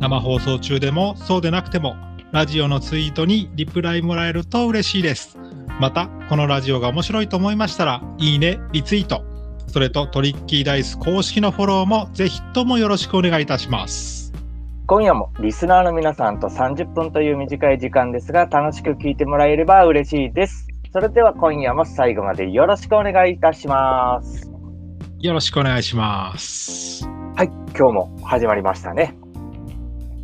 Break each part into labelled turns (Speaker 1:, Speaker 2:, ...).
Speaker 1: 生放送中でもそうでなくてもラジオのツイートにリプライもらえると嬉しいですまたこのラジオが面白いと思いましたらいいねリツイートそれとトリッキーダイス公式のフォローもぜひともよろしくお願いいたします
Speaker 2: 今夜もリスナーの皆さんと30分という短い時間ですが楽しく聞いてもらえれば嬉しいですそれでは今夜も最後までよろしくお願いいたします
Speaker 1: よろしくお願いします
Speaker 2: はい今日も始まりましたね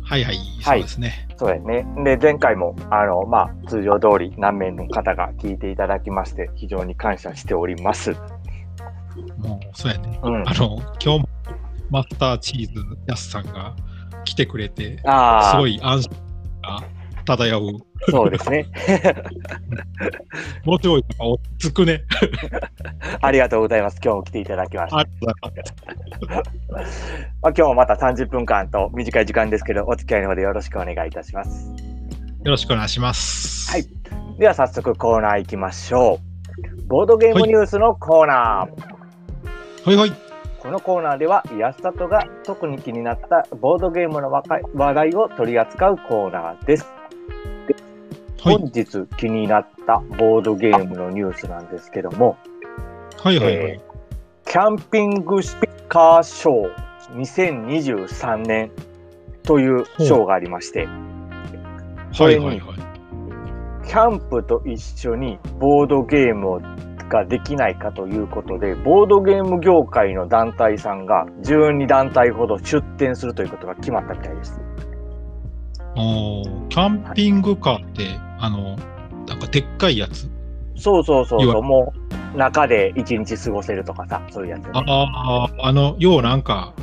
Speaker 1: はいはい、そうですね
Speaker 2: そうやね。で、前回も、あの、まあ、通常通り何名の方が聞いていただきまして、非常に感謝しております。
Speaker 1: もう、そうやね。
Speaker 2: うん
Speaker 1: あ。の、今日もマスターチーズやすさんが来てくれて、す
Speaker 2: ああ
Speaker 1: ご、い安心が漂う。
Speaker 2: そうで すね。
Speaker 1: もうちょい、落ち着くね。
Speaker 2: ありがとうございます。今日も来ていただきました。
Speaker 1: ありがとうございます
Speaker 2: まあ、今日もまた30分間と短い時間ですけど、お付き合いのほどよろしくお願いいたします。
Speaker 1: よろしくお願いします。
Speaker 2: はいでは、早速コーナー行きましょう。ボードゲームニュースのコーナー。
Speaker 1: ほいほい。
Speaker 2: このコーナーでは安里が特に気になったボードゲームの話題話題を取り扱うコーナーです。
Speaker 1: はい
Speaker 2: 本日気になったボードゲームのニュースなんですけども、
Speaker 1: はいはいはい。
Speaker 2: えキャンピングスピーカーショー2023年という賞がありまして、そ
Speaker 1: は
Speaker 2: れ
Speaker 1: い
Speaker 2: に
Speaker 1: はいはい。
Speaker 2: キャンプと一緒にボードゲームができないかということで、ボードゲーム業界の団体さんが12団体ほど出展するということが決まったみたいです。
Speaker 1: おーキャンピングカーって、あの、なんかでっかいやつ。
Speaker 2: そうそうそう
Speaker 1: い
Speaker 2: そ
Speaker 1: わ
Speaker 2: う、もう中で一日過ごせるとかさ、そういうやつ、ね。
Speaker 1: ああ、あの、ようなんか、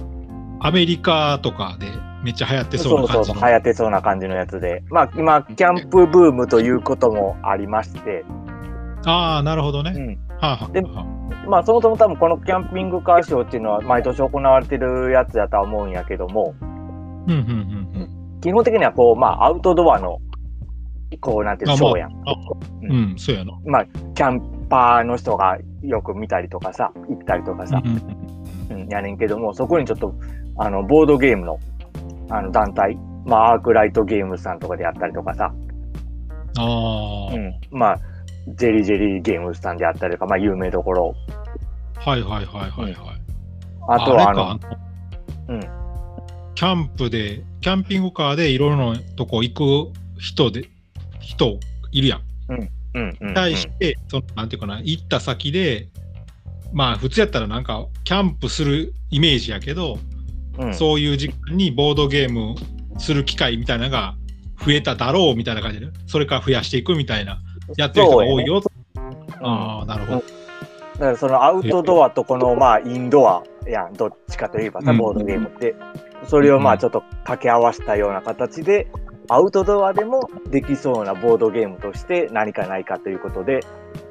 Speaker 1: アメリカとかでめっちゃ流行ってそうな感じの。
Speaker 2: 流行ってそうな感じのやつで、まあ、今、キャンプブームということもありまして、
Speaker 1: ああ、なるほどね。
Speaker 2: うん
Speaker 1: はあはあ
Speaker 2: で
Speaker 1: はあ。
Speaker 2: まあ、そもそも多分このキャンピングカーショーっていうのは、毎年行われてるやつだとは思うんやけども、
Speaker 1: うんうんうん
Speaker 2: 基本的にはこう、まあ、アウトドアの、こう、なんていうの
Speaker 1: あ
Speaker 2: シ
Speaker 1: まあ
Speaker 2: ョーやん。
Speaker 1: うん。うん、そうやな。
Speaker 2: キャンパーの人がよく見たりとかさ、行ったりとかさ、
Speaker 1: うんうん
Speaker 2: うんやねんけども、そこにちょっと、あの、ボードゲームの、あの、団体、まあ、アークライトゲームズさんとかでやったりとかさ、
Speaker 1: ああ、
Speaker 2: うん、まあジェリージェリーゲームズさんであったりとか、まあ、有名どころ
Speaker 1: はいはいはいはいはい。
Speaker 2: あとはあ
Speaker 1: れか
Speaker 2: のうん
Speaker 1: キャンプで、キャンピングカーでいろいろなとこ行く人で、人いるやん。
Speaker 2: うんうんうん
Speaker 1: 対して、そのなんていうかな、行った先で、まあ普通やったらなんかキャンプするイメージやけど、
Speaker 2: うん
Speaker 1: そういう時間にボードゲームする機会みたいなのが増えただろうみたいな感じで、それから増やしていくみたいな、やってる人が多いよ。
Speaker 2: そうやね
Speaker 1: ああ、なるほど。
Speaker 2: うんだからそのアウトドアとこのまあインドアやんどっちかといえばさ
Speaker 1: うん
Speaker 2: ボードゲームってそれをま
Speaker 1: う
Speaker 2: あ
Speaker 1: ん
Speaker 2: ちょっと掛け合わせたような形でアウトドアでもできそうなボードゲームとして何かないかということで、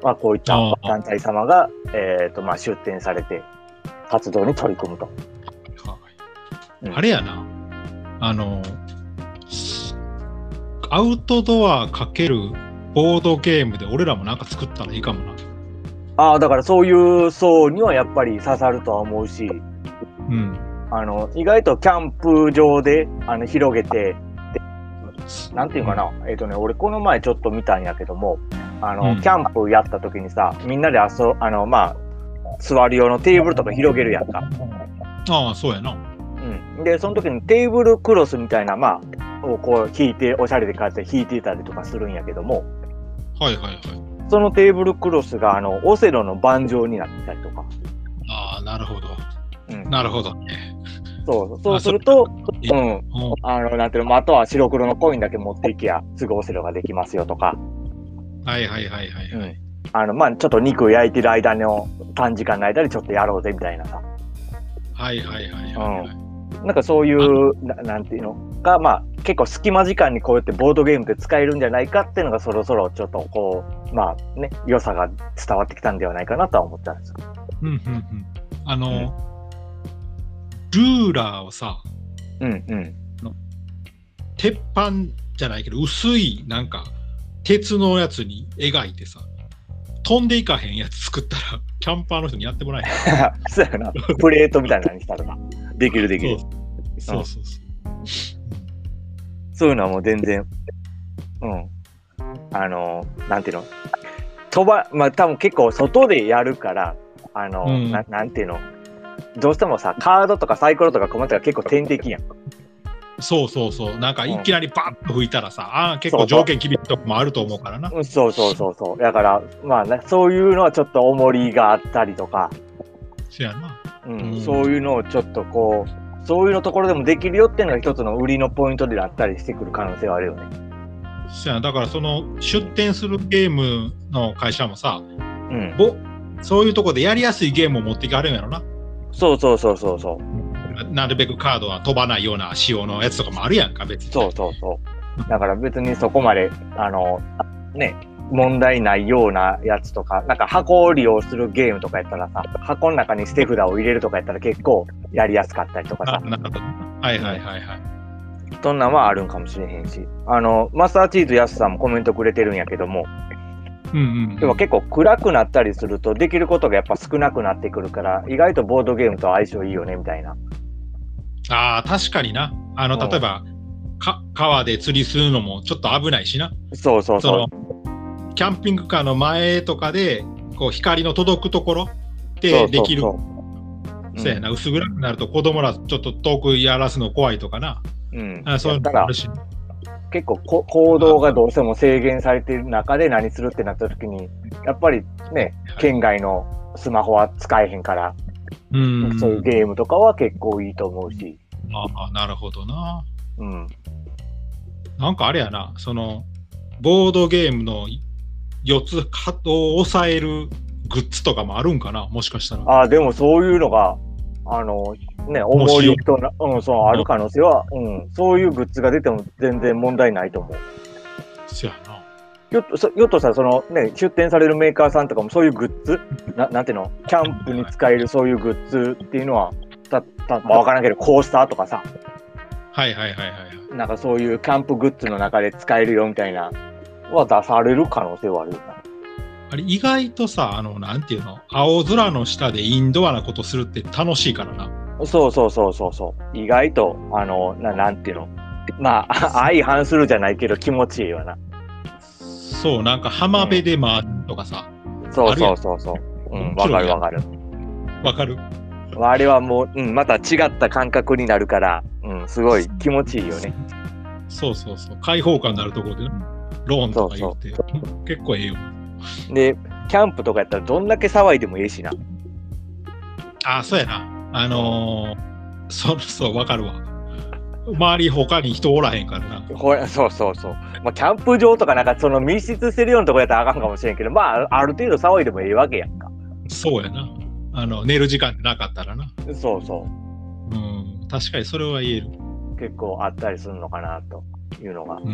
Speaker 2: まあ、こういった
Speaker 1: あー
Speaker 2: 団体様が、えー、とまあ出展されて活動に取り組むと。
Speaker 1: はい
Speaker 2: うん
Speaker 1: あれやな、あの、アウトドアかけるボードゲームで俺らもなんか作ったらいいかもな。
Speaker 2: ああだからそういう層にはやっぱり刺さるとは思うし。
Speaker 1: うん。
Speaker 2: あの意外とキャンプ場であの広げてなんていうかな、えっ、とね俺この前ちょっと見たんやけどもあの、
Speaker 1: うん
Speaker 2: キャンプやった時にさみんなで遊あのまあ座る用のテーブルとか広げるやんか、
Speaker 1: ああ、そうやな。
Speaker 2: うん、でその時にテーブルクロスみたいなまあをこう引いておしゃれで買って引いてたりとかするんやけども
Speaker 1: はいはいはい。
Speaker 2: そのテーブルクロスがあのオセロの盤上になってたりとか、
Speaker 1: ああ、なるほど。
Speaker 2: うん、
Speaker 1: なるほどね。
Speaker 2: そうそう
Speaker 1: あ
Speaker 2: すると、
Speaker 1: い
Speaker 2: うん、
Speaker 1: うん
Speaker 2: あの、なんていうの、まあ、あとは白黒のコインだけ持っていきゃ、すぐオセロができますよとか、
Speaker 1: はいはいはいはいはい。
Speaker 2: あの、まあ、ちょっと肉焼いてる間の短時間の間でちょっとやろうぜみたいなさ、
Speaker 1: はいはいはいはいはい。
Speaker 2: なんかそういう、ななんていうのが、まあ、結構隙間時間にこうやってボードゲームで使えるんじゃないかっていうのが、そろそろちょっとこう、まあね、良さが伝わってきたんではないかなとは思ったんです。
Speaker 1: うんうんうん。あ
Speaker 2: うん
Speaker 1: の、ルーラーをさ、
Speaker 2: うんうん。
Speaker 1: 鉄板じゃないけど薄いなんか鉄のやつに描いてさ飛んでいかへんやつ作ったらキャンパーの人にやっても らえへん
Speaker 2: そうやな、プレートみたいなのにしたらな、できるできる。
Speaker 1: そうそうそうそう
Speaker 2: そういうのはもう全然、うん。あの、なんていうの、飛ば、まあ多分結構外でやるから、あの、
Speaker 1: うん
Speaker 2: ななんていうの、どうしてもさ、カードとかサイコロとかコマとか結構天敵やん。
Speaker 1: そうそうそう。なんか
Speaker 2: うん
Speaker 1: いきなりバッと吹いたらさ、ああ、結
Speaker 2: そ
Speaker 1: 構
Speaker 2: うそう
Speaker 1: 条件厳しいとこもあると思うからな。
Speaker 2: うんそうそうそうそう。だから、まあね、そういうのはちょっと重りがあったりとか、
Speaker 1: そやな。
Speaker 2: うん
Speaker 1: うん
Speaker 2: そういうのをちょっとこう、そういうのところでもできるよっていうのが一つの売りのポイントであったりしてくる可能性はあるよね。
Speaker 1: そやな。だからその出店するゲームの会社もさ、
Speaker 2: うん。
Speaker 1: ぼそういうとこでやりやすいゲームを持っていかれるんやろな。
Speaker 2: そうそうそうそうそう。
Speaker 1: なるべくカードは飛ばないような仕様のやつとかもあるやんか、別に。
Speaker 2: そうそうそう。だから別にそこまで、あの、ね、問題ないようなやつとか、なんか箱を利用するゲームとかやったらさ、箱の中に捨て札を入れるとかやったら結構やりやすかったりとか
Speaker 1: あ
Speaker 2: さ、
Speaker 1: なるほどなはいはいはいはい。
Speaker 2: そんなんはあるんかもしれへんし、あの、マスターチーズやすさんもコメントくれてるんやけども、
Speaker 1: うんうん
Speaker 2: 要は結構暗くなったりするとできることがやっぱ少なくなってくるから、意外とボードゲームと相性いいよねみたいな。
Speaker 1: ああ、確かにな。あの、
Speaker 2: うん
Speaker 1: 例えば、か川で釣りするのもちょっと危ないしな。
Speaker 2: そうそうそう。
Speaker 1: そのキャンピングカーの前とかでこう光の届くところ
Speaker 2: そうそう
Speaker 1: で
Speaker 2: そう
Speaker 1: できる
Speaker 2: う
Speaker 1: そ
Speaker 2: ん
Speaker 1: うやな薄暗くなると子供らちょっと遠くやらすの怖いとかな、
Speaker 2: うん。
Speaker 1: あそうい
Speaker 2: や
Speaker 1: う
Speaker 2: っ
Speaker 1: の
Speaker 2: た
Speaker 1: もあ
Speaker 2: ら
Speaker 1: るし
Speaker 2: 結構こ行動がどうしても制限されてる中で何するってなった時にやっぱりね県外のスマホは使えへんか
Speaker 1: う
Speaker 2: ら、
Speaker 1: ん
Speaker 2: そういうゲームとかは結構いいと思うし、
Speaker 1: ああなるほどな
Speaker 2: うん、
Speaker 1: なんかあれやなそのボードゲームの4つかを抑えるグッズとかもあるんかなもしかしたら
Speaker 2: ああでもそういうのがあのね
Speaker 1: もし
Speaker 2: 重りとな、うん、そうある可能性は、うん、そういうグッズが出ても全然問題ないと思う。
Speaker 1: そやな
Speaker 2: よっとそよっとさそのね出店されるメーカーさんとかもそういうグッズななんていうのキャンプに使えるそういうグッズっていうのはたた、まあ、分からんけどコースターとかさ
Speaker 1: はいはいはいはいはい
Speaker 2: なんかそういうキャンプグッズの中で使えるよみたいなは出される可能性はあるよな。
Speaker 1: あれ意外とさあのなんていうの青空の下でインドアなことするって楽しいからな
Speaker 2: そうそうそうそうそう。意外と、あの、ななんていうのま あ、あ相反するじゃないけど気持ちいいわな。
Speaker 1: そう、なんか浜辺で回るとかさ、
Speaker 2: そうそうそうそう。うん、わかるわかる。
Speaker 1: わかる
Speaker 2: あれはもう、うん、また違った感覚になるから、うん、すごい気持ちいいよね。
Speaker 1: そうそうそう、開放感のあるところでね、ローンとか言って、結構ええよ。
Speaker 2: で、キャンプとかやったらどんだけ騒いでもいいしな。
Speaker 1: あ、そうやな。あのー、そうそう、わかるわ。周り他に人おらへんからな。
Speaker 2: ほらそうそうそう。まあ、キャンプ場とかなんかその密室してるようなとこやったらあかんかもしれんけど、まあ、ある程度騒いでもいいわけやんか。
Speaker 1: そうやな。あの、寝る時間なかったらな。
Speaker 2: そうそう。
Speaker 1: うん、確かにそれは言える。
Speaker 2: 結構あったりするのかなというのが、
Speaker 1: うん。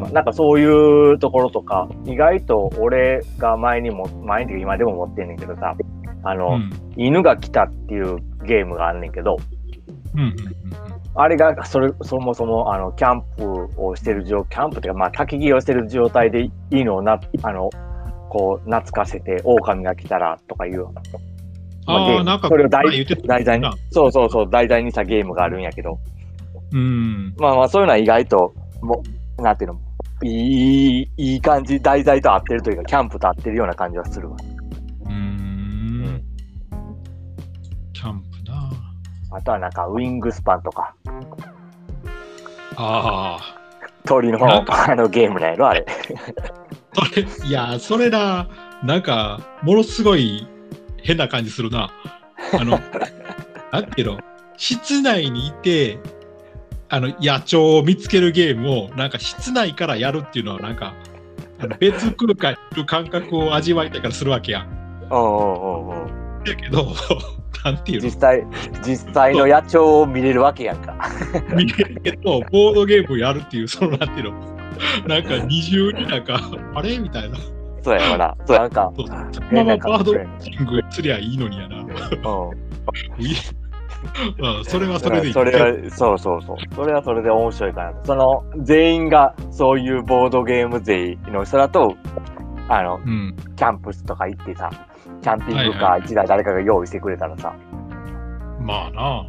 Speaker 2: うんなんかそういうところとか意外と俺が前にも前にというか今でも持ってんねんけどさあ
Speaker 1: うん。う
Speaker 2: の、
Speaker 1: ん
Speaker 2: 犬が来たっていうゲームがあんねんけど
Speaker 1: うんうん
Speaker 2: あれがそれそもそもあのキャンプをしてる状キャンプっていうかまあ焚き木をしてる状態で犬をなあのこう懐かせて狼が来たらとかいうまあゲー
Speaker 1: ああ、
Speaker 2: ム
Speaker 1: なんか、
Speaker 2: それを題
Speaker 1: 言ってた
Speaker 2: 題材に
Speaker 1: な
Speaker 2: そうそうそう題材にしたゲームがあるんやけど
Speaker 1: うん。
Speaker 2: まあまあ、そういうのは意外と、もう、なんていうの、いい、いい感じ、題材と合ってるというか、キャンプと合ってるような感じはするわ。
Speaker 1: うーん。キャンプな。
Speaker 2: あとはなんか、ウィングスパンとか、
Speaker 1: ああ。
Speaker 2: 鳥の、
Speaker 1: なん
Speaker 2: あのゲームなんやろ、あれ。
Speaker 1: それいやーそれななんかものすごい変な感じするなあ のなんていうの室内にいてあの野鳥を見つけるゲームをなんか室内からやるっていうのはなんかあの別空間にいる感覚を味わいたいからするわけやん
Speaker 2: うんうんうんうん。
Speaker 1: だけど なんていう
Speaker 2: 実際、実際の野鳥を見れるわけやん か。
Speaker 1: の見えるけどボードゲームをやるっていうそのなんていうの なんか二重になんかあれみたいな
Speaker 2: そうやわな。そうなんか、
Speaker 1: そうそのま
Speaker 2: 変
Speaker 1: ま
Speaker 2: な
Speaker 1: バー
Speaker 2: 感
Speaker 1: ド
Speaker 2: じ
Speaker 1: ウ
Speaker 2: や
Speaker 1: ォッチングすりゃいいのにやな
Speaker 2: う
Speaker 1: いいうん、それは
Speaker 2: ん。
Speaker 1: それでいい。
Speaker 2: それは、そうそうそう。それはそれで面白いから。その、全員が、そういうボードゲーム勢の人だと、あの、
Speaker 1: うん、
Speaker 2: キャンプとか行ってさ、キャンピングカー一台誰かが用意してくれたらさ、
Speaker 1: まあな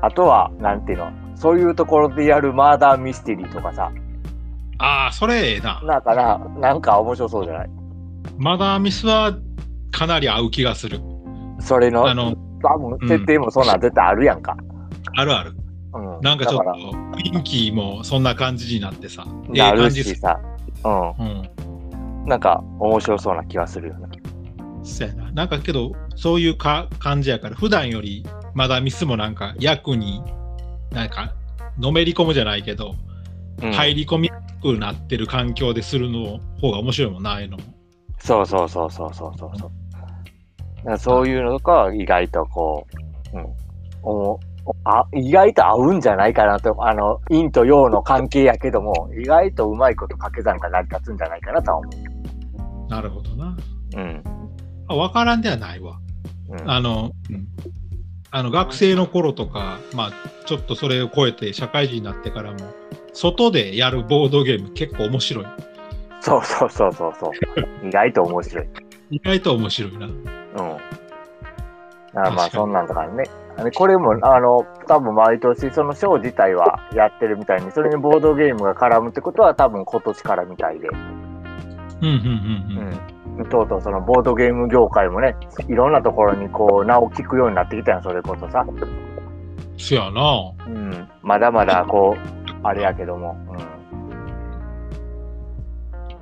Speaker 2: あとは、なんていうの、そういうところでやるマーダーミステリーとかさ、
Speaker 1: ああ、それええな。
Speaker 2: なんかな、なんか面白そうじゃない
Speaker 1: マダーミスはかなり合う気がする。
Speaker 2: それの、
Speaker 1: あの
Speaker 2: 多分
Speaker 1: うん
Speaker 2: 設定もそんなん絶対あるやんか。
Speaker 1: あるある。
Speaker 2: うん。
Speaker 1: なんかちょっ
Speaker 2: だら
Speaker 1: と、雰囲気もそんな感じになってさ。ええ
Speaker 2: な
Speaker 1: 感
Speaker 2: る
Speaker 1: じ
Speaker 2: し
Speaker 1: する。
Speaker 2: さ、う
Speaker 1: うん。
Speaker 2: ん。なんか面白そうな気がするよね。
Speaker 1: そやな。なんかけど、そういうか感じやから、普段よりマダーミスもなんか役に、なんか、のめり込むじゃないけど、
Speaker 2: うん、
Speaker 1: 入り込みやすくなってる環境でするの方が面白いもんな、ああいうのも。
Speaker 2: そうそうそうそうそうそうそう。だからそういうのとかは意外とこう、うん、おあ意外と合うんじゃないかなと、あの、陰と陽の関係やけども、意外とうまいこと掛け算が成り立つんじゃないかなとは思
Speaker 1: なるほどな。
Speaker 2: う。うん。
Speaker 1: あ分からんではないわ。
Speaker 2: うん、
Speaker 1: あの、あの学生の頃とか、まあ、ちょっとそれを超えて社会人になってからも、外でやるボードゲーム結構面白い。
Speaker 2: そうそうそうそうそう。意外と面白い。
Speaker 1: 意外と面白いな。
Speaker 2: うん。だからまあ
Speaker 1: 確かに
Speaker 2: そんなんだからね。あのこれも、あの、多分毎年そのショー自体はやってるみたいに、それにボードゲームが絡むってことは多分今年からみたいで。
Speaker 1: うんうんうんうん。
Speaker 2: うん、とうとうそのボードゲーム業界もねいろんなところにこう名を聞くようになってきたやんそれこそさ、
Speaker 1: そやな。
Speaker 2: うん、まだまだこうあれやけども、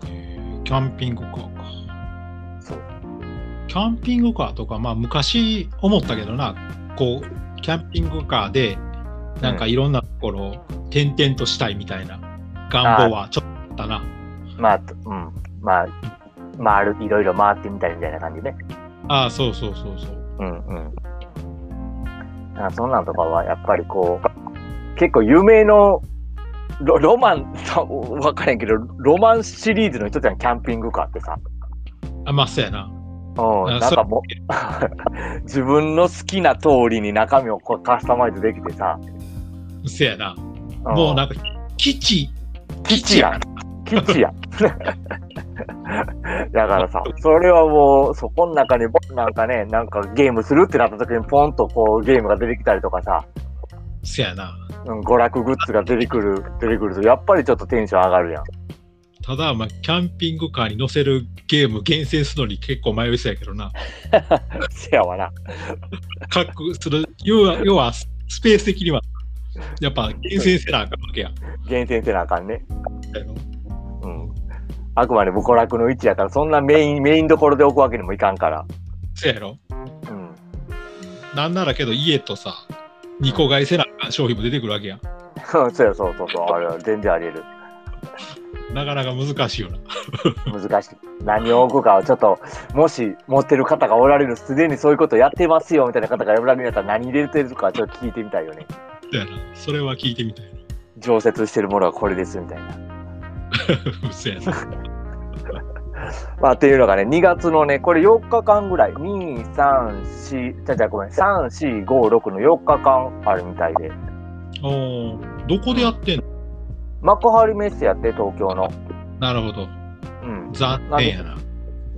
Speaker 1: えーキャンピングカーか。
Speaker 2: うん、そう
Speaker 1: キャンピングカーとか、まあ、昔思ったけどな、こう、キャンピングカーで、なんかいろんなところを転々としたいみたいな願望はちょっとあったな。
Speaker 2: まあ、うん、まあ回るいろいろ回ってみたいみたいな感じね
Speaker 1: ああ、そうそうそうそう。
Speaker 2: うんうんだからそんなんとかはやっぱりこう結構夢のロロマン 分からへんけどロマンシリーズの一つやんキャンピングカーってさ
Speaker 1: あ、まあ、そうやな。
Speaker 2: うん、
Speaker 1: あ
Speaker 2: なん
Speaker 1: そ
Speaker 2: か
Speaker 1: れ
Speaker 2: もう 自分の好きな通りに中身をこうカスタマイズできてさ、
Speaker 1: そうやな。
Speaker 2: ん
Speaker 1: もうなんか、基地、
Speaker 2: 基地やん基地やん だからさそれはもうそこの中になんかねなんかゲームするってなった時にポンとこうゲームが出てきたりとかさ、
Speaker 1: そうやな。
Speaker 2: うん、娯楽グッズが出てくる出てくるとやっぱりちょっとテンション上がるやん
Speaker 1: ただ、まあ、キャンピングカーに乗せるゲーム厳選するのに結構迷いそうやけどな。
Speaker 2: せやわな
Speaker 1: 各、その、 要は、要は、スペース的には、やっぱ厳選せなあかんわけや。
Speaker 2: 厳選ってなあかんね
Speaker 1: う
Speaker 2: うんあくまでも娯楽の位置やからそんなメインメインどころで置くわけにもいかんから
Speaker 1: そうやろ。
Speaker 2: うん
Speaker 1: なんならけど、家とさ、二個買いせなあかん商品も出てくるわけや。
Speaker 2: そうそうやそうそうそう、あれは全然あり得る。
Speaker 1: なかなか難しいよな。
Speaker 2: 難しい。何を置くかはちょっと、もし持ってる方がおられる、すでにそういうことやってますよみたいな方がおられるんやったら何入れてるかちょっと聞いてみたいよね。
Speaker 1: そうやな。それは聞いてみたい
Speaker 2: 常設してるものはこれですみたいな。
Speaker 1: な。 そうやな。
Speaker 2: まあ、っていうのがね、2月のね、これ4日間ぐらい、2、3、4、じゃじゃごめん、3、4、5、6の4日間あるみたいで、
Speaker 1: おーどこでやってんの
Speaker 2: 幕張メッセやって、東京の。
Speaker 1: なるほど。
Speaker 2: うん。
Speaker 1: 残念やな。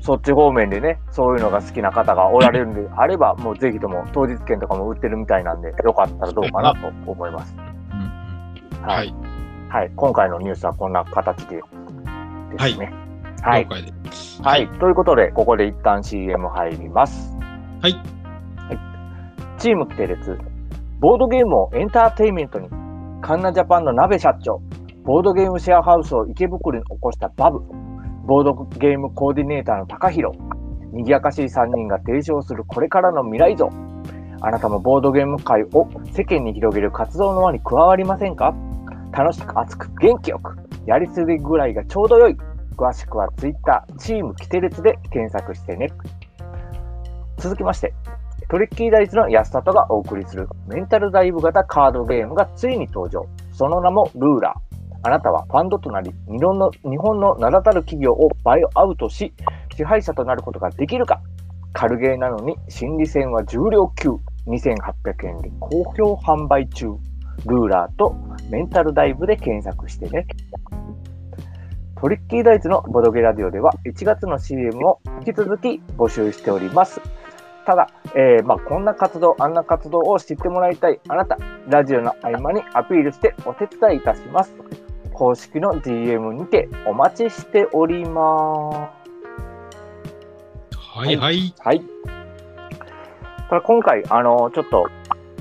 Speaker 2: そっち方面でね、そういうのが好きな方がおられるんであれば、もうぜひとも当日券とかも売ってるみたいなんで、よかったらどうかなと思います。
Speaker 1: うんうん
Speaker 2: は。
Speaker 1: はいい。
Speaker 2: はい。今回のニュースはこんな形でですね。は
Speaker 1: 了
Speaker 2: い。
Speaker 1: 解です。
Speaker 2: はい。。ということで、ここで一旦 CM 入ります。
Speaker 1: はい
Speaker 2: はいチーム系列、ボードゲームをエンターテインメントに、カンナジャパンの鍋社長、ボードゲームシェアハウスを池袋に起こしたバブ、ボードゲームコーディネーターの高弘、にぎやかしい3人が提唱するこれからの未来像。あなたもボードゲーム界を世間に広げる活動の輪に加わりませんか楽しく熱く元気よく、やりすぎぐらいがちょうどよい。詳しくは Twitter、チームキテレツで検索してね。続きまして、トリッキーダイスの安里がお送りするメンタルダイブ型カードゲームがついに登場。その名もルーラー。あなたはファンドとなり、日本の日本の名だたる企業をバイオアウトし、支配者となることができるか軽ゲーなのに心理戦は重量級。2800円で好評販売中。ルーラーとメンタルダイブで検索してね。トリッキーダイズのボドゲラジオでは1月の CM を引き続き募集しております。ただ、えーまあ、こんな活動、あんな活動を知ってもらいたいあなた、ラジオの合間にアピールしてお手伝いいたします。公式の DM にてお待ちしておりま
Speaker 1: はいはい。
Speaker 2: す。はい。ただ今回、あの、ちょっと、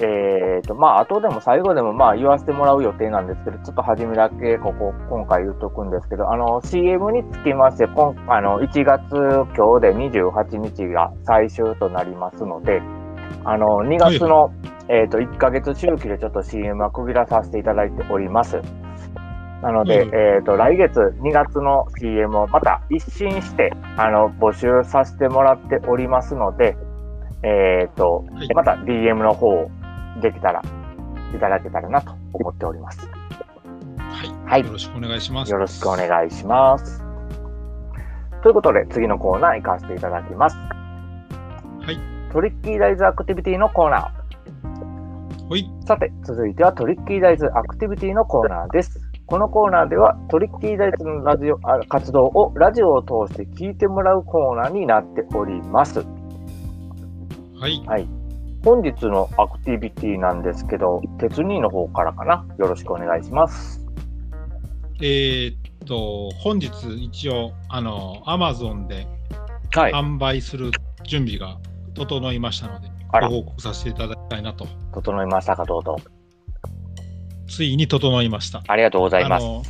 Speaker 2: えーと、まあ、後でも最後でも、まあ、言わせてもらう予定なんですけど、ちょっと初めだけ、ここ、今回言っとくんですけど、あの、CM につきまして、今、あの、1月、今日で28日が最終となりますので、あの、2月の、えっ、と、1ヶ月周期でちょっと CM は区切らさせていただいております。なので、
Speaker 1: うん
Speaker 2: えっ、と、来月、2月の CM をまた一新して、あの、募集させてもらっておりますので、えっ、と、
Speaker 1: はい
Speaker 2: また DM の方できたら、いただけたらなと思っております。は
Speaker 1: はいい。よろしくお願いします。
Speaker 2: よろしくお願いします。ということで、次のコーナー行かせていただきます。
Speaker 1: はい。
Speaker 2: トリッキーダイズアクティビティのコーナー。
Speaker 1: はい。
Speaker 2: さて、続いてはトリッキーダイズアクティビティのコーナーです。このコーナーではトリッキーダイズのラジオあ活動をラジオを通して聞いてもらうコーナーになっております。
Speaker 1: はい。
Speaker 2: 本日のアクティビティなんですけど、鉄人の方からかな。よろしくお願いします。
Speaker 1: えーっと、本日一応、あの、アマゾンで
Speaker 2: は。
Speaker 1: 販売する準備が整いましたので、
Speaker 2: あら
Speaker 1: ご報告させていただきたいなと。
Speaker 2: 整いましたか、どうぞ。
Speaker 1: ついに整いました。
Speaker 2: ありがとうございます。
Speaker 1: の、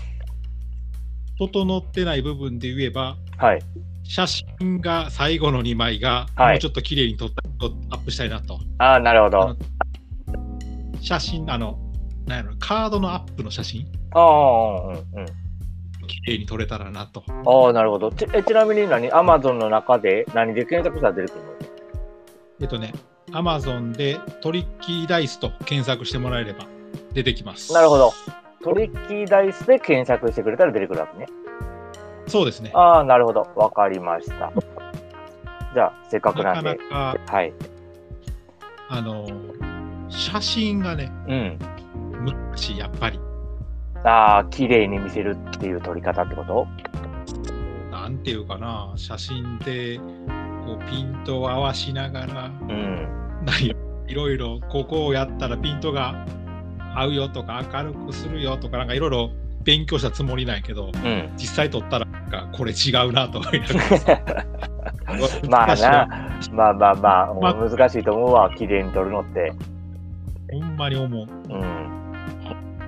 Speaker 1: 整ってない部分で言えば、
Speaker 2: はい。
Speaker 1: 写真が最後の2枚が、
Speaker 2: はい
Speaker 1: もうちょっと綺麗に撮ったとアップしたいなと。
Speaker 2: ああ、なるほ
Speaker 1: あ
Speaker 2: ど。あ
Speaker 1: の写真、あの、なんやろ、カードのアップの写真、
Speaker 2: あー、うんうん。
Speaker 1: 綺麗に撮れたらなと。
Speaker 2: ああ、なるほど。ちえちなみに何、アマゾンの中で何で検索したら出てくるの
Speaker 1: えっとね、アマゾンでトリッキーダイスと検索してもらえれば出てきます。
Speaker 2: なるほど。トリッキーダイスで検索してくれたら出てくるわけね。
Speaker 1: そうですね。
Speaker 2: ああ、なるほど。わかりました。じゃあ、せっかく
Speaker 1: な
Speaker 2: なん
Speaker 1: か
Speaker 2: で
Speaker 1: な。か、
Speaker 2: はい。
Speaker 1: あの、写真がね、
Speaker 2: うん。
Speaker 1: 難しい、やっぱり。
Speaker 2: ああ、綺麗に見せるっていう撮り方ってこと
Speaker 1: なんていうかな、写真でこうピントを合わしながら、
Speaker 2: うん。
Speaker 1: なんやいろいろここをやったらピントが合うよとか明るくするよとかなんかいろいろ勉強したつもりなんやけど
Speaker 2: うん。
Speaker 1: 実際撮ったらなんかこれ違うなと思いながら
Speaker 2: まあ
Speaker 1: 難しい
Speaker 2: な、まあまあまあ、
Speaker 1: まあ
Speaker 2: 難しいと思うわ、綺麗に撮るのって。
Speaker 1: ほんまに思う
Speaker 2: うん。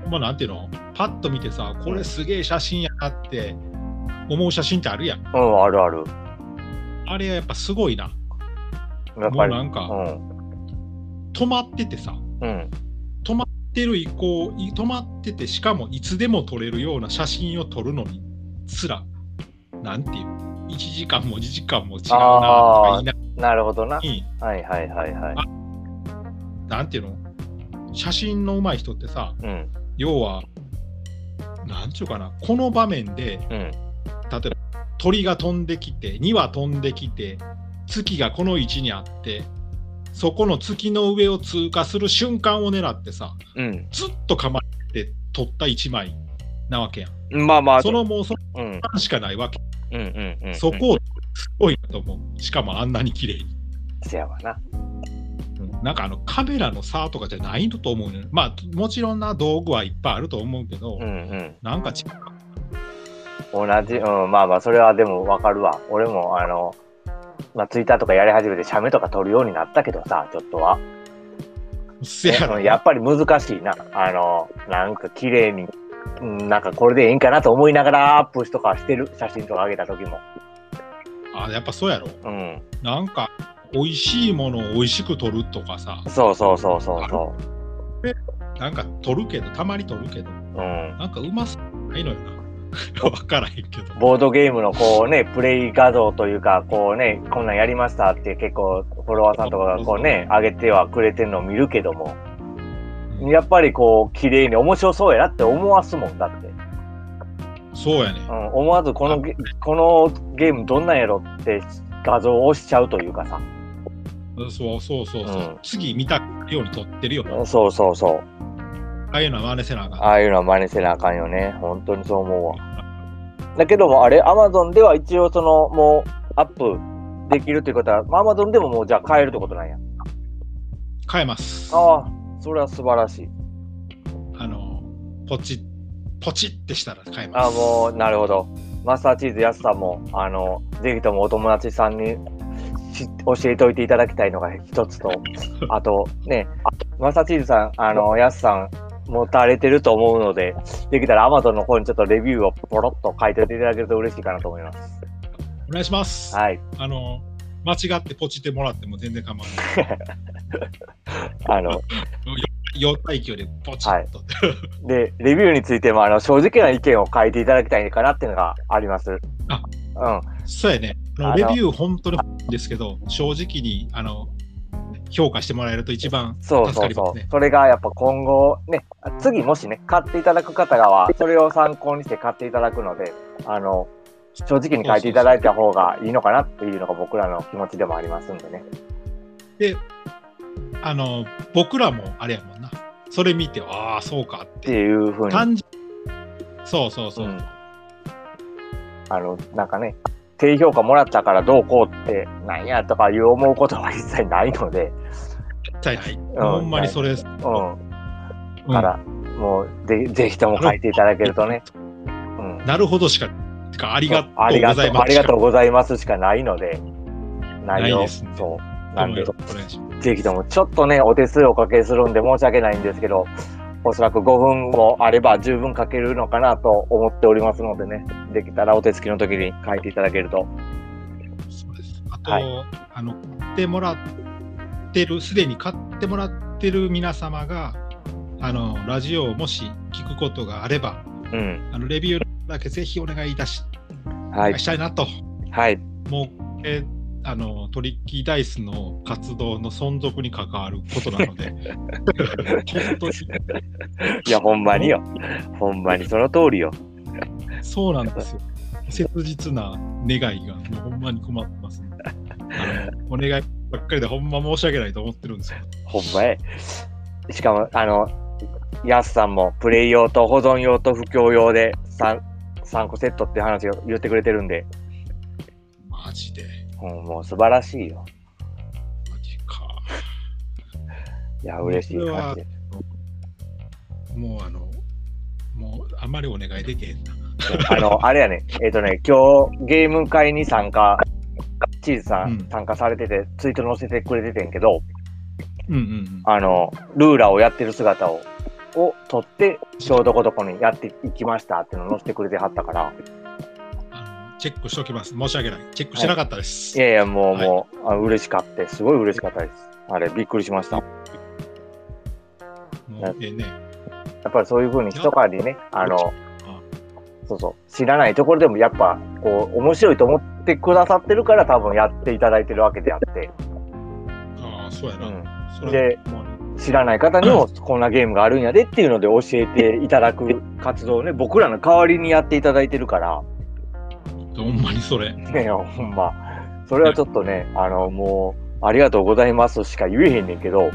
Speaker 1: まあなんていうのパッと見てさこれすげえ写真やなって思う写真ってあるやん
Speaker 2: うん、あるある。
Speaker 1: あれはやっぱすごいな
Speaker 2: やっぱり。
Speaker 1: もうなんか
Speaker 2: うん。
Speaker 1: 止まっててさ
Speaker 2: うん。
Speaker 1: 止まってる以降い止まっててしかもいつでも撮れるような写真を撮るのにすらなんていう1時間も2時間も違うなとか言いなが
Speaker 2: なるほどな
Speaker 1: ら。に
Speaker 2: はいはいはいはい。
Speaker 1: なんていうの写真の上手い人ってさ
Speaker 2: うん。
Speaker 1: 要はなんちゅうかなこの場面で
Speaker 2: う
Speaker 1: 例
Speaker 2: ん。
Speaker 1: えば鳥が飛んできて2羽飛んできて月がこの位置にあってそこの月の上を通過する瞬間を狙ってさ
Speaker 2: うん。
Speaker 1: ずっと構えて撮った1枚なわけやん。
Speaker 2: まあまあ、
Speaker 1: そのもうその
Speaker 2: うん、
Speaker 1: 間しかないわけ。
Speaker 2: うんうんうんうん。
Speaker 1: そこをすごいなと思う。しかもあんなに綺麗に。
Speaker 2: せやわな。
Speaker 1: なんかあのカメラの差とかじゃないのと思うね。まあもちろんな道具はいっぱいあると思うけど、
Speaker 2: うんうん。
Speaker 1: なんか違う。
Speaker 2: 同じ、うん、まあまあ、それはでもわかるわ。俺も、あの、まあ、ツイッターとかやり始めて、写メとか撮るようになったけどさ、ちょっとは。
Speaker 1: うっせやろ。
Speaker 2: うんやっぱり難しいな。あの、なんか綺麗に、うんなんかこれでええんかなと思いながらアップしとかしてる写真とか上げた時も。
Speaker 1: あやっぱそうやろ。
Speaker 2: うん。
Speaker 1: なんか美味しいものを美味しく撮るとかさ、
Speaker 2: そうそうそうそうそ
Speaker 1: なんか撮るけど、たまに撮るけど、
Speaker 2: う。うん。
Speaker 1: なんかうまそうないのよな。わ からへんけど。
Speaker 2: ボードゲームのこうね、プレイ画像というか、こうね、こんなんやりましたって結構フォロワーさんとかがこうね、上げてはくれてるのを見るけども、
Speaker 1: うん
Speaker 2: やっぱりこう、綺麗に面白そうやなって思わすもんだって。
Speaker 1: そうやね。
Speaker 2: うん、思わずこのゲこのゲームどんなんやろって画像を押しちゃうというかさ。
Speaker 1: そうそうそうそう。
Speaker 2: うん
Speaker 1: 次見たくなるように撮ってるよ。
Speaker 2: そうそうそう。
Speaker 1: ああいうのは真似せなあかん。
Speaker 2: ああいうのは真似せなあかんよね。本当にそう思うわ。だけども、あれ、アマゾンでは一応その、もう、アップできるということは、アマゾンでももうじゃあ買えるってことなんや。
Speaker 1: 買えます。
Speaker 2: ああ、それは素晴らしい。
Speaker 1: あの、ポチッ、ポチってしたら買えます。
Speaker 2: ああ、もう、なるほど。マスターチーズやすさんも、あの、ぜひともお友達さんにし教えておいていただきたいのが一つと、あとね、マスターチーズさん、あの、やすさん、持たれてると思うので、できたらアマゾンの方にちょっとレビューをポロッと書いていただけると嬉しいかなと思います。
Speaker 1: お願いします。
Speaker 2: はい。
Speaker 1: あの、間違ってポチってもらっても全然構わない。
Speaker 2: あの、
Speaker 1: 4対9でポチッと。
Speaker 2: で、レビューについても、あの、正直な意見を書いていただきたいかなっていうのがあります。
Speaker 1: あ
Speaker 2: うん。
Speaker 1: そうやね。あの
Speaker 2: あ
Speaker 1: レ
Speaker 2: の
Speaker 1: ビュー本当にですけど、正直にあの評価してもらえると一番助
Speaker 2: そう
Speaker 1: か
Speaker 2: そう
Speaker 1: りま
Speaker 2: そ
Speaker 1: す
Speaker 2: う。
Speaker 1: ね。
Speaker 2: それがやっぱ今後、ね、次もしね、買っていただく方がは、それを参考にして買っていただくので、あの、正直に書いていただいた方がいいのかなっていうのが僕らの気持ちでもありますんでね。
Speaker 1: あの僕らもあれやもんな。それ見て、ああ、そうかっ
Speaker 2: って
Speaker 1: て。
Speaker 2: いうふうに、
Speaker 1: 単純そうそうそう。
Speaker 2: うんあの、なんかね、低評価もらったからどうこうって、なんやとかいう思うことは一切ないので、
Speaker 1: 絶対ない。
Speaker 2: ん
Speaker 1: ほんまにそれです。
Speaker 2: うん。
Speaker 1: うん
Speaker 2: から、もうぜ、ぜひとも書いていただけるとね。うん。
Speaker 1: なるほどしか、てかありがとう
Speaker 2: あり
Speaker 1: ご
Speaker 2: がと
Speaker 1: ざいうます。
Speaker 2: ありがとうございますしかないので、内
Speaker 1: ない
Speaker 2: 容、
Speaker 1: ですね
Speaker 2: そ
Speaker 1: ど
Speaker 2: う。な
Speaker 1: うんも
Speaker 2: で
Speaker 1: よ、ろしくお願いします。
Speaker 2: ぜひとも、ちょっとね、お手数をおかけするんで申し訳ないんですけど、おそらく5分もあれば十分書けるのかなと思っておりますのでね、できたらお手つきの時に書いていただけると。
Speaker 1: そうですあと、
Speaker 2: はい
Speaker 1: あの買ってもらってるすでに買ってもらってる皆様があのラジオをもし聞くことがあれば
Speaker 2: うん。
Speaker 1: あのレビューだけぜひお願いいたし,、
Speaker 2: はい。
Speaker 1: したいなと
Speaker 2: はい。
Speaker 1: もう、えーあのトリッキーダイスの活動の存続に関わることなので本当に
Speaker 2: いや、ほんまによ。ほんまにその通りよ。
Speaker 1: そうなんですよ切実な願いがもうほんまに困ってます、ね、あのお願いばっかりでほんま申し訳ないと思ってるんですけど
Speaker 2: ほんまや。しかも、あの、ヤスさんもプレイ用と保存用と不況用で 3, 3個セットって話を言ってくれてるんで、
Speaker 1: マジで
Speaker 2: うんもう素晴らしいよ。
Speaker 1: マジか
Speaker 2: いや、嬉しい感じで
Speaker 1: もうあの、もうあんまりお願いできへんな。
Speaker 2: す。あの、あれやね、えっ、とね、今日ゲーム会に参加、チーズさん
Speaker 1: うん
Speaker 2: 参加されてて、ツイート載せてくれててんけど、
Speaker 1: うんうん
Speaker 2: あの、ルーラーをやってる姿を、を撮って、ちょうどこどこにやっていきましたっていうのを載せてくれてはったから、
Speaker 1: あの。チェックしておきます。申し訳ない。チェックしてなかったです。
Speaker 2: いやいや、もう、
Speaker 1: はい
Speaker 2: もう、あ嬉しかった。すごい嬉しかったです。あれ、びっくりしました。や
Speaker 1: もうええね。
Speaker 2: っぱりそういうふうに一かにね、あの
Speaker 1: あ、
Speaker 2: そうそう、知らないところでもやっぱ、こう、面白いと思ってくださってるから多分やっていただいてるわけであって、
Speaker 1: ああ、そうや
Speaker 2: う
Speaker 1: な。
Speaker 2: ん。
Speaker 1: それ
Speaker 2: で
Speaker 1: もう
Speaker 2: 知らない方にも、こんなゲームがあるんやでっていうので教えていただく活動をね、 僕らの代わりにやっていただいてるから、
Speaker 1: ほんまにそれ。
Speaker 2: ねえ、ほんま。それはちょっとね、あの、もう、ありがとうございますしか言えへんねんけど、うん。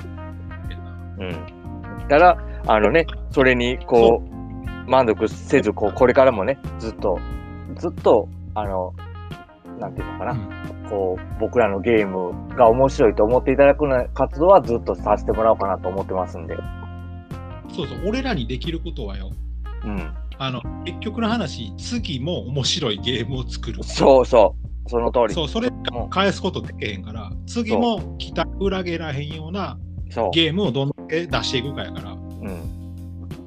Speaker 2: たら、あのね、それに、こう、満足せず、こう、これからもね、ずっと、ずっと、あの、なんていうのかな、こう、僕らのゲームが面白いと思っていただくような活動はずっとさせてもらおうかなと思ってますんで、
Speaker 1: そうそう、俺らにできることはよ。
Speaker 2: うん。
Speaker 1: あの、結局の話、次も面白いゲームを作る。
Speaker 2: そうそう、その通り。
Speaker 1: そう、それしか返すことできへんから、次も期待裏切らへんような
Speaker 2: そう。
Speaker 1: ゲームをどんだけ出していくかやから。う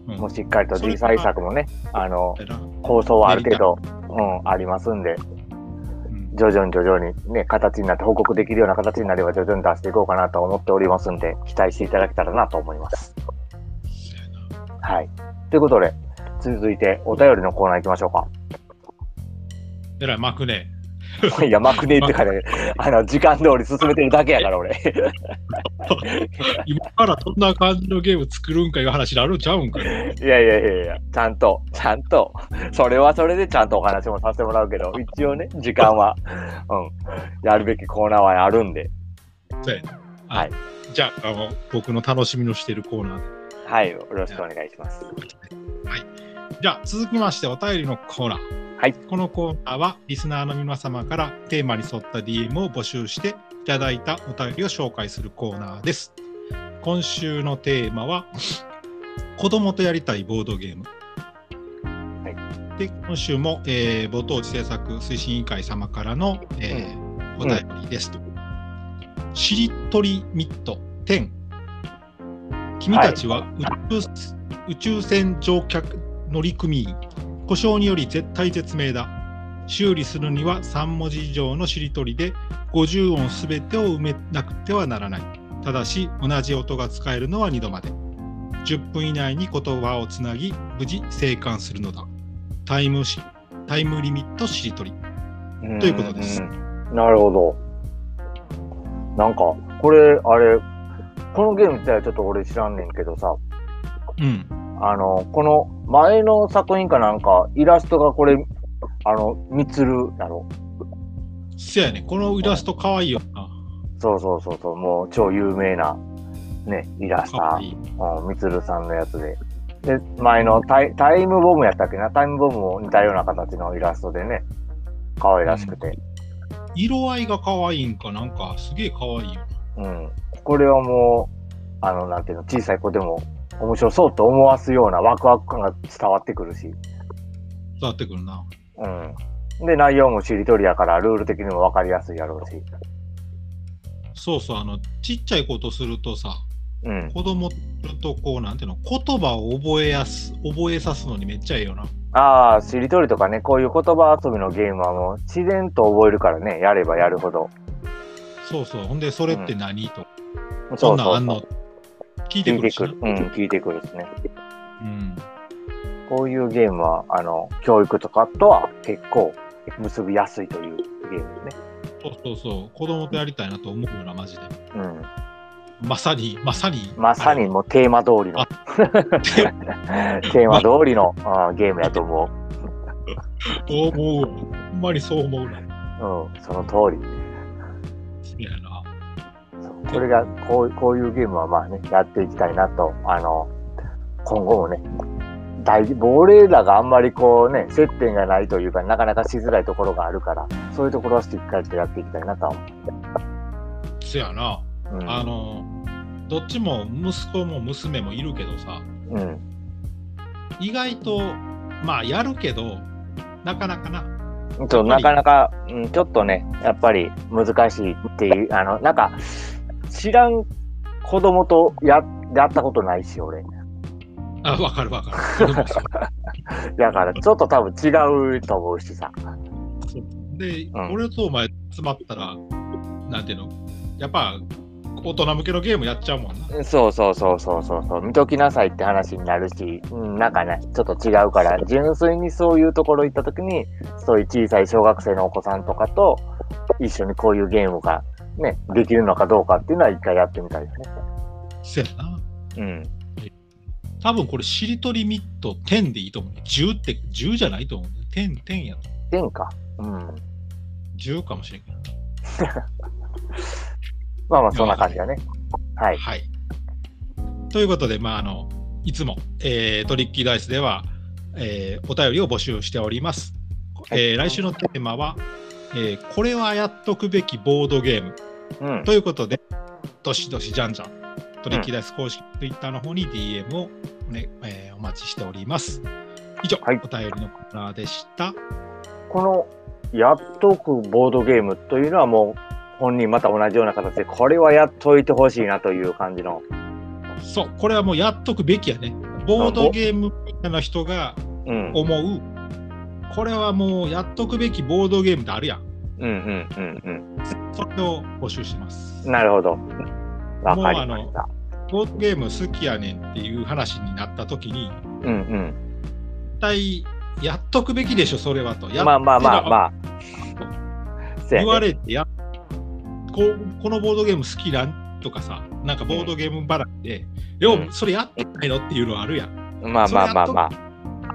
Speaker 2: うん。
Speaker 1: ん
Speaker 2: もうしっかりと
Speaker 1: それ
Speaker 2: 次
Speaker 1: から
Speaker 2: 回作もね、あの、
Speaker 1: やなう
Speaker 2: 構想はある程度、うん、ありますんで、
Speaker 1: ん
Speaker 2: 徐々に徐々にね、形になって報告できるような形になれば徐々に出していこうかなと思っておりますんで、期待していただけたらなと思います。
Speaker 1: そうやな
Speaker 2: はい。ということで、続いてお便りのコーナー行きましょ う
Speaker 1: えらい巻くね。
Speaker 2: か。いや、まくねえってかね、あの、時間通り進めてるだけやから、俺。
Speaker 1: 今からそんな感じのゲーム作るんかいう話になるんちゃうんかよ。
Speaker 2: いやいやいやいや、ちゃんと、ちゃんと、それはそれでちゃんとお話もさせてもらうけど、一応ね、時間は、うん、やるべきコーナーはあるんで、
Speaker 1: そうやな
Speaker 2: はい。
Speaker 1: じゃああの、僕の楽しみのしてるコーナーで。
Speaker 2: はい、よろしくお願いします。
Speaker 1: じゃあ、続きましてお便りのコーナー。
Speaker 2: はい
Speaker 1: このコーナーはリスナーの皆様からテーマに沿った DM を募集していただいたお便りを紹介するコーナーです。今週のテーマは子供とやりたいボードゲーム。で今週も、えー、ご当地政策推進委員会様からの、えーお便りですと。しりとりミッド10君たちは宇宙,、宇宙船乗客乗組員故障により絶体絶命だ修理するには3文字以上のしりとりで50音すべてを埋めなくてはならないただし同じ音が使えるのは2度まで10分以内に言葉をつなぎ無事生還するのだタイムしタイムリミットしりとりということです
Speaker 2: んうんなるほど。なんか、これ、あれ、このゲーム自体はちょっと俺知らんねんけどさ、
Speaker 1: うん
Speaker 2: あの、この前の作品かなんか、イラストがこれ、あの、みつるやろ。
Speaker 1: そやねこのイラストかわいいよな
Speaker 2: そうそうそうそう、もう超有名な、ね、イラスタ
Speaker 1: か
Speaker 2: ー
Speaker 1: わい。い
Speaker 2: うんみつるさんのやつで。で、前のタイタイムボムやったっけな、タイムボムも似たような形のイラストでね、可愛らしくて。
Speaker 1: 色合いがかわいいんかなんかすげえかわいいよな
Speaker 2: うん。これはもう、あの、なんていうの、小さい子でも面白そうと思わすようなワクワク感が伝わってくるし。
Speaker 1: 伝わってくるな
Speaker 2: うん。で、内容もしりとりやから、ルール的にも分かりやすいやろうし。
Speaker 1: そうそうあのちっちゃいことするとさ
Speaker 2: うん。
Speaker 1: 子供とこうなんていうの言葉を覚えやす覚えさすのにめっちゃええよな
Speaker 2: ああ、しりとりとかね、こういう言葉遊びのゲームはもう自然と覚えるからね、やればやるほど。
Speaker 1: そうそうほんでそれって何、と
Speaker 2: そ
Speaker 1: そ
Speaker 2: うん
Speaker 1: なん
Speaker 2: そ
Speaker 1: あ
Speaker 2: うんそ
Speaker 1: の
Speaker 2: う。
Speaker 1: 聞いて
Speaker 2: 聞い
Speaker 1: くる
Speaker 2: て
Speaker 1: し
Speaker 2: く
Speaker 1: な
Speaker 2: る。うん、聞いてくるですね。
Speaker 1: うん
Speaker 2: こういうゲームは、あの、教育とかとは結構結びやすいというゲームで
Speaker 1: そうそうそう子供とやりたいなと思うよなマジで
Speaker 2: ね。
Speaker 1: まさにまさに
Speaker 2: うん。まさにもうテーマ通りの
Speaker 1: あ、
Speaker 2: テーマ通りの、あーゲームやと思
Speaker 1: そう思うほんまにそう思うな
Speaker 2: う。うん、その通り。
Speaker 1: そうやな
Speaker 2: そうこれが、こうこういうゲームはまあね、やっていきたいなと、あの、今後もね、大事、亡霊らがあんまりこうね、接点がないというか、なかなかしづらいところがあるから、そういうところはしっかりとやっていきたいなとは思
Speaker 1: そうやな
Speaker 2: う。うん、
Speaker 1: あのどっちも息子も娘もいるけどさ
Speaker 2: うん、
Speaker 1: 意外とまあやるけどなかなかな
Speaker 2: そうなかなか、うん、ちょっとね、やっぱり難しいっていう、あの、なんか、知らん子供とややったことないし、俺。
Speaker 1: あわかるわかるでもそう
Speaker 2: だから、ちょっと多分違うと思うしさ。
Speaker 1: そうで、
Speaker 2: ん
Speaker 1: 俺とお前集まったらなんていうのやっぱ大人向けのゲームやっちゃうもんな
Speaker 2: そうそうそうそうそうそう、見ときなさいって話になるし、うん、なんかね、ちょっと違うから、純粋にそういうところ行った時に、そういう小さい小学生のお子さんとかと、一緒にこういうゲームが、ね、できるのかどうかっていうのは一回やってみたいよね。
Speaker 1: せやな
Speaker 2: うん。
Speaker 1: 多分これしりとりミット10でいいと思うね10って10じゃないと思うね10 10やと
Speaker 2: てんか。うん。
Speaker 1: 10かもしれんけど
Speaker 2: まあまあ、そんな感じだね。はい。
Speaker 1: はい。ということで、まあ、あのいつも、えートリッキーダイスでは、えーお便りを募集しております。
Speaker 2: はい
Speaker 1: えー来週のテーマは、えーこれはやっとくべきボードゲーム
Speaker 2: うん。
Speaker 1: ということで、どしどしじゃんじゃん、トリッキーダイス公式 Twitter の方に DM を、ねえーお待ちしております。以上、
Speaker 2: はい
Speaker 1: お便りのコーナーでした。
Speaker 2: このやっとくボードゲームというのはもう本人また同じような形でこれはやっといてほしいなという感じの
Speaker 1: そう、これはもうやっとくべきやね。ボードゲームみたいな人が
Speaker 2: うんうん
Speaker 1: 思う、これはもうやっとくべきボードゲームってあるやん。
Speaker 2: うんうん
Speaker 1: それを募集してます
Speaker 2: うん。なるほどわかりま
Speaker 1: も
Speaker 2: し
Speaker 1: う
Speaker 2: た
Speaker 1: ボードゲーム好きやねんっていう話になった時に、
Speaker 2: うん
Speaker 1: 一体やっとくべきでしょ、それはと。
Speaker 2: うんまあまあまあ
Speaker 1: あ。
Speaker 2: まあせや
Speaker 1: 言わ
Speaker 2: ね
Speaker 1: れてやこ、このボードゲーム好きなんとかさ、なんかボードゲームばらで、よう
Speaker 2: うん
Speaker 1: それやってないのっていうのはあるやん
Speaker 2: まあまあまあま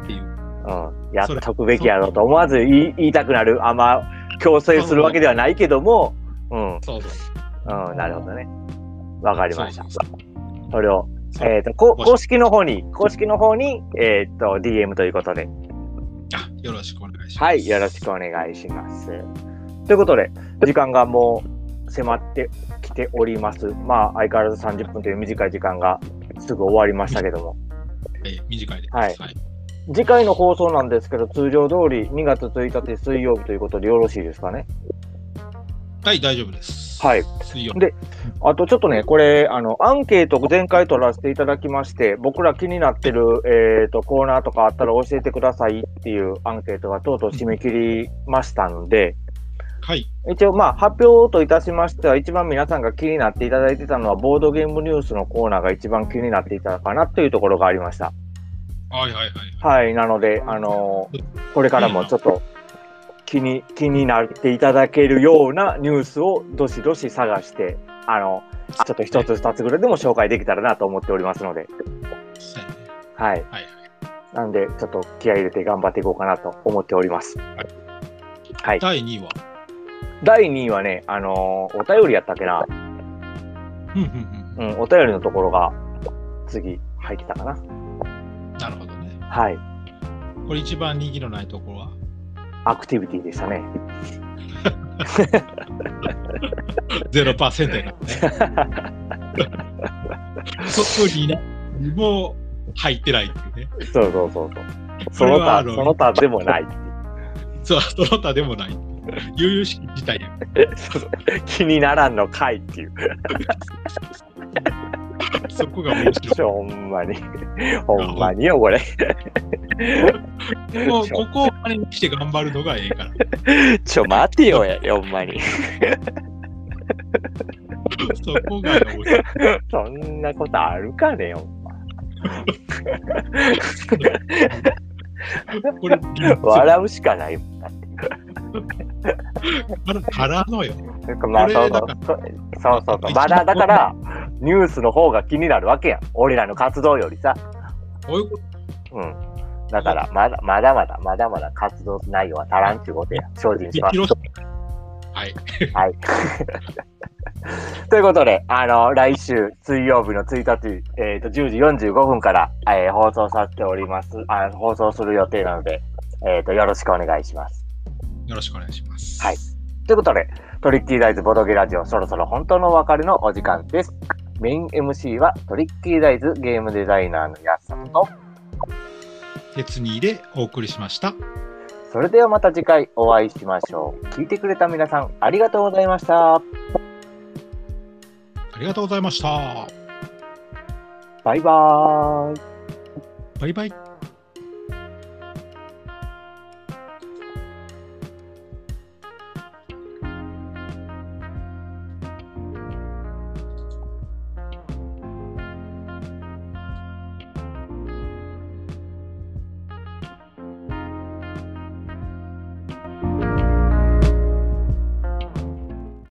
Speaker 1: っていう。
Speaker 2: あうんやっとくべきやろうと思わず言い言いたくなるあんま強制するわけではないけどもうん
Speaker 1: そうそう。
Speaker 2: うんなるほどねわかりました
Speaker 1: そう
Speaker 2: それを
Speaker 1: そう
Speaker 2: えっ、と、こ
Speaker 1: もし
Speaker 2: 公式の方に、公式の方に、えっ、と、DM ということで。
Speaker 1: あよろしくお願いします。
Speaker 2: はい、よろしくお願いします。ということで、時間がもう迫ってきております。まあ、相変わらず30分という短い時間がすぐ終わりましたけども、
Speaker 1: はい、短いです。
Speaker 2: はい次回の放送なんですけど、通常通り2月1日水曜日ということでよろしいですかね。
Speaker 1: はい、大丈夫です。
Speaker 2: はい。
Speaker 1: 水曜
Speaker 2: であとちょっとね、これ、あの、アンケート前回取らせていただきまして、僕ら気になってる、えー、と、コーナーとかあったら教えてくださいっていうアンケートがとうとう締め切りましたので、
Speaker 1: はい。
Speaker 2: 一応まあ発表といたしましては、一番皆さんが気になっていただいてたのは、ボードゲームニュースのコーナーが一番気になっていたかなというところがありました。
Speaker 1: はいはいはい。
Speaker 2: はい、なので、あのーこれからもちょっと気に、気になっていただけるようなニュースをどしどし探して、あの、ちょっと一つ二つぐらいでも紹介できたらなと思っておりますので、
Speaker 1: そうやね
Speaker 2: はい。
Speaker 1: はい
Speaker 2: なんで、ちょっと気合い入れて頑張っていこうかなと思っております。はい。
Speaker 1: 第2位は、
Speaker 2: 第2位はね、あのーお便りやったっけな。
Speaker 1: うんうん
Speaker 2: うん、お便りのところが次入ってたかな。
Speaker 1: うん。なるほどね。
Speaker 2: はい。
Speaker 1: これ一番人気のないところは、
Speaker 2: アクティビティでしたね。
Speaker 1: 0%になって ね。そこにな、もう入ってないっていうね。
Speaker 2: そうそうそうそう。そ
Speaker 1: これ
Speaker 2: の
Speaker 1: は
Speaker 2: 他、
Speaker 1: あの
Speaker 2: その他でもない。
Speaker 1: そう、その他でもない。悠々しき事態や。
Speaker 2: そうそう 気にならんのかいっていう。
Speaker 1: そこが面白い。
Speaker 2: ほん まに。ほんまによ、これ。
Speaker 1: もうここをあれにして頑張るのがええから。
Speaker 2: ちょ、待て よ、やほんまに。
Speaker 1: そこが面白い。
Speaker 2: そんなことあるかね、ほんま。
Speaker 1: これ、
Speaker 2: 笑うしかないもん。
Speaker 1: からのよ。
Speaker 2: まあ、
Speaker 1: これ
Speaker 2: そうそ
Speaker 1: だ
Speaker 2: う
Speaker 1: か。
Speaker 2: そうそうそうそう。まだ、だから、ニュースの方が気になるわけやん。俺らの活動よりさ。
Speaker 1: こういうこ
Speaker 2: うん。だから、まだ、まだまだ、まだまだ活動内容は足らんっていうことや。精進し
Speaker 1: と、
Speaker 2: ます。
Speaker 1: 広しはい。
Speaker 2: はい。ということで、あの、来週水曜日の1日、えっ、と、10時45分から、えー放送させております。あ放送する予定なので、えっ、と、よろしくお願いします。
Speaker 1: よろしくお願いします。
Speaker 2: はいということで、トリッキーダイズボドゲラジオ、そろそろ本当のお別れのお時間です。メイン MC はトリッキーダイズゲームデザイナーのやすさんと、
Speaker 1: 鉄にでお送りしました。
Speaker 2: それではまた次回お会いしましょう。聞いてくれた皆さん、ありがとうございました。
Speaker 1: ありがとうございました。
Speaker 2: バイバーイ。
Speaker 1: バイバイ。